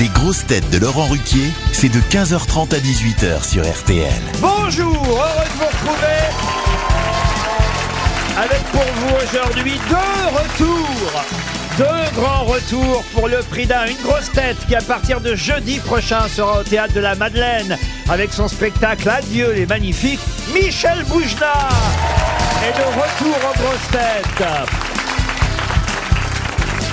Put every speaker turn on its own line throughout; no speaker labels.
Les grosses têtes de Laurent Ruquier, c'est de 15h30 à 18h sur RTL.
Bonjour, heureux de vous retrouver avec pour vous aujourd'hui deux retours. Deux grands retours pour le prix d'un, une grosse tête qui à partir de jeudi prochain sera au théâtre de la Madeleine avec son spectacle Adieu les magnifiques, Michel Boujna et le retour aux grosses têtes.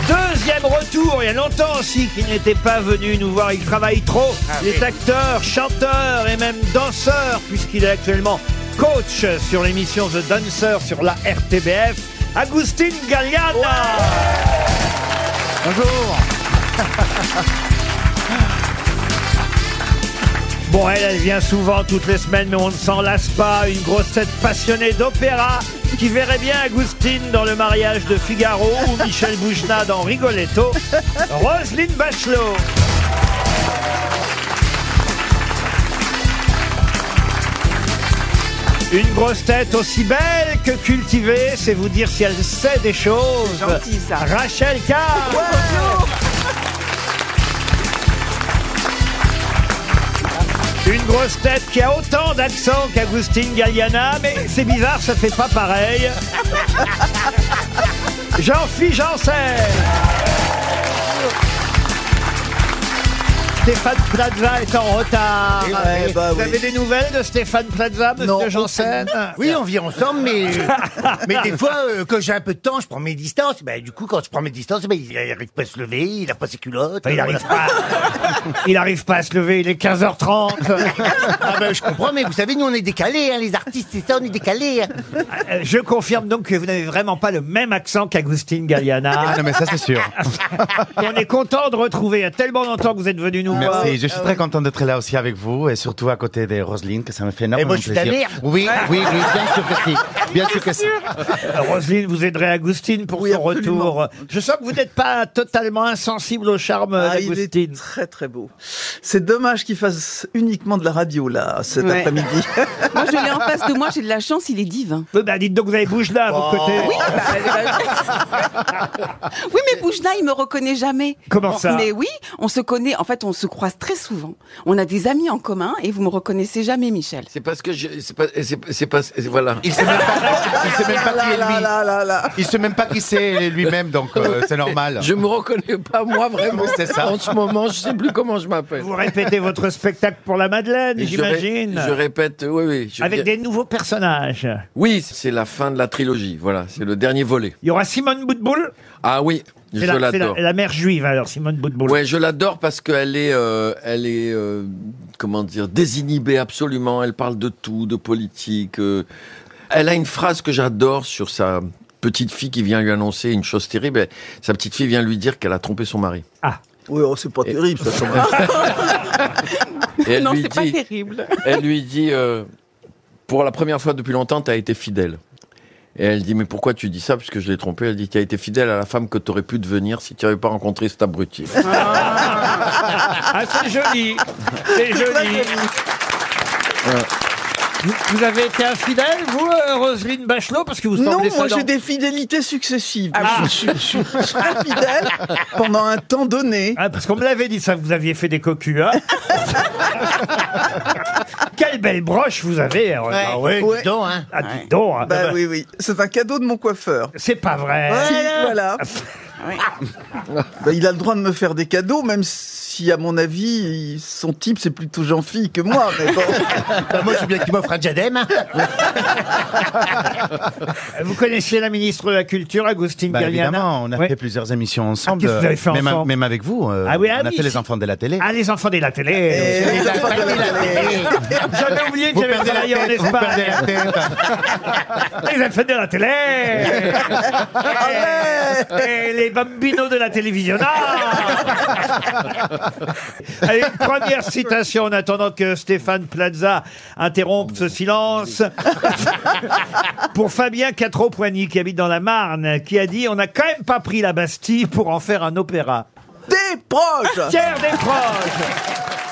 Deuxième retour, il y a longtemps aussi qu'il n'était pas venu nous voir, il travaille trop. il est acteur, chanteur et même danseur puisqu'il est actuellement coach sur l'émission The Dancer sur la RTBF, Agustin Galliana. Bonjour. Bon, elle, elle vient souvent toutes les semaines, mais on ne s'en lasse pas. Une grosse tête passionnée d'opéra qui verrait bien Agustine dans le mariage de Figaro ou Michel Bouchna dans Rigoletto. Roselyne Bachelot. Une grosse tête aussi belle que cultivée, c'est vous dire si elle sait des choses.
gentil, ça.
Rachel Carr. Une grosse tête qui a autant d'accent qu'Agustin Galliana, mais c'est bizarre, ça fait pas pareil. Jean-Philippe Janssen. Stéphane Plaza est en retard.
Eh ouais, bah
Vous
oui.
avez des nouvelles de Stéphane Plaza, monsieur Janssen
Oui, on vit ensemble, mais, euh, mais des fois, euh, quand j'ai un peu de temps, je prends mes distances. Bah, du coup, quand je prends mes distances, bah, il n'arrive pas à se lever, il a pas ses culottes.
Enfin,
Euh,
il n'arrive pas. Il arrive pas à se lever, il est 15h30.
Ah, bah, je comprends, mais vous savez, nous, on est décalés, hein, les artistes, c'est ça, on est décalés. hein.
Euh, Je confirme donc que vous n'avez vraiment pas le même accent qu'Agustin Galliana.
Ah, Non mais ça c'est sûr.
On est content de retrouver. Il y a tellement longtemps que vous êtes venu nous voir.
Merci. Je suis très content d'être là aussi avec vous et surtout à côté de Roselyne que ça me fait
Et
énormément
moi, je suis
plaisir.
ta mère.
Oui, oui, oui, bien sûr que si. Bien sûr que si.
Euh, Roselyne, vous aiderez Agustine pour son retour. Je sens que vous n'êtes pas totalement insensible au charme
Ah, il
d'Agustine.
est très très beau. C'est dommage qu'il fasse uniquement de la radio là cet
Ouais.
après-midi.
Moi, je l'ai en face de moi, j'ai de la chance, il est divin.
Euh, bah, dites donc, vous avez Boujna à
Oh.
vos côtés.
Ah bah,
Oui, mais Boujna, il me reconnaît jamais.
Comment ça
Mais oui, on se connaît, en fait, on se croise très souvent. On a des amis en commun et vous me reconnaissez jamais, Michel.
C'est parce que je. C'est pas. C'est c'est pas. c'est- Voilà.
Il sait même pas, il sait même pas qui est
Ah, là,
lui.
là, là, là.
Il sait même pas qui c'est lui-même donc euh, c'est normal.
Je me reconnais pas, moi, vraiment.
Oui, c'est ça.
En ce moment, je sais plus comment je m'appelle.
Vous répétez votre spectacle pour la Madeleine,
Et je ré-
j'imagine.
Je répète, oui, oui. je
Avec
viens-
des nouveaux personnages.
Oui, c'est la fin de la trilogie. Voilà, c'est le dernier volet.
Il y aura Simone Boutboul.
Ah oui, je
C'est la, c'est la-
l'adore.
la mère juive, alors, Simone Boutboul.
Ouais, je l'adore parce qu'elle est, euh, elle est, euh, comment dire, désinhibée absolument. Elle parle de tout, de politique. euh. Elle a une phrase que j'adore sur sa petite fille qui vient lui annoncer une chose terrible. Elle- Sa petite fille vient lui dire qu'elle a trompé son mari.
Oui, oh, c'est pas terrible ça. quand même.
Et elle
non,
lui
c'est pas
dit-
terrible.
elle lui dit euh, pour la première fois depuis longtemps, t'as été fidèle. Et elle dit mais pourquoi tu dis ça Parce que je l'ai trompé. Elle dit t'as été fidèle à la femme que t'aurais pu devenir si tu n'avais pas rencontré cet abruti.
Ah, c'est joli. C'est joli. Vous, vous avez été infidèle, vous, euh, Roselyne Bachelot, parce que vous
Non,
semblez
moi
ça
j'ai
dans-
des fidélités successives. Je, je- je suis très fidèle pendant un temps donné.
Ah, parce qu'on me l'avait dit ça, vous aviez fait des cocus, hein Quelle belle broche vous avez hein. Ah ouais,
Ouais.
Dis donc, hein.
ah, dis donc, hein.
Bah
Ah bah, Eh.
oui, oui. C'est un cadeau de mon coiffeur.
C'est pas vrai.
Si, voilà. Bah, il a le droit de me faire des cadeaux, même si, à mon avis, il- son type, c'est plutôt Jean-Fille que moi. Mais bon.
Bah, moi, je suis bien qu'il m'offre un diadème. hein.
Bah,
Vous connaissiez la ministre de la Culture, Agustine
Bah,
Galliana
évidemment, on a
Ouais.
fait plusieurs émissions ensemble. euh,
qu'est-ce que vous avez fait
même,
ensemble
même avec vous. euh,
Ah oui, ah
on a
oui,
fait
si.
les enfants de la télé.
Ah, les enfants de la télé.
Eh,
Et-
J'avais oublié que
Vous
j'avais
perdez la
travaillé en
tête, vous perdez
Espagne.
la tête.
Les enfants de la télé. Et les bambinos de la télévision. Ah Allez, une première citation en attendant que Stéphane Plaza interrompe ce silence. Pour Fabien Quatreau-Poigny, qui habite dans la Marne, qui a dit On n'a quand même pas pris la Bastille pour en faire un opéra.
Des proches
Pierre Desproges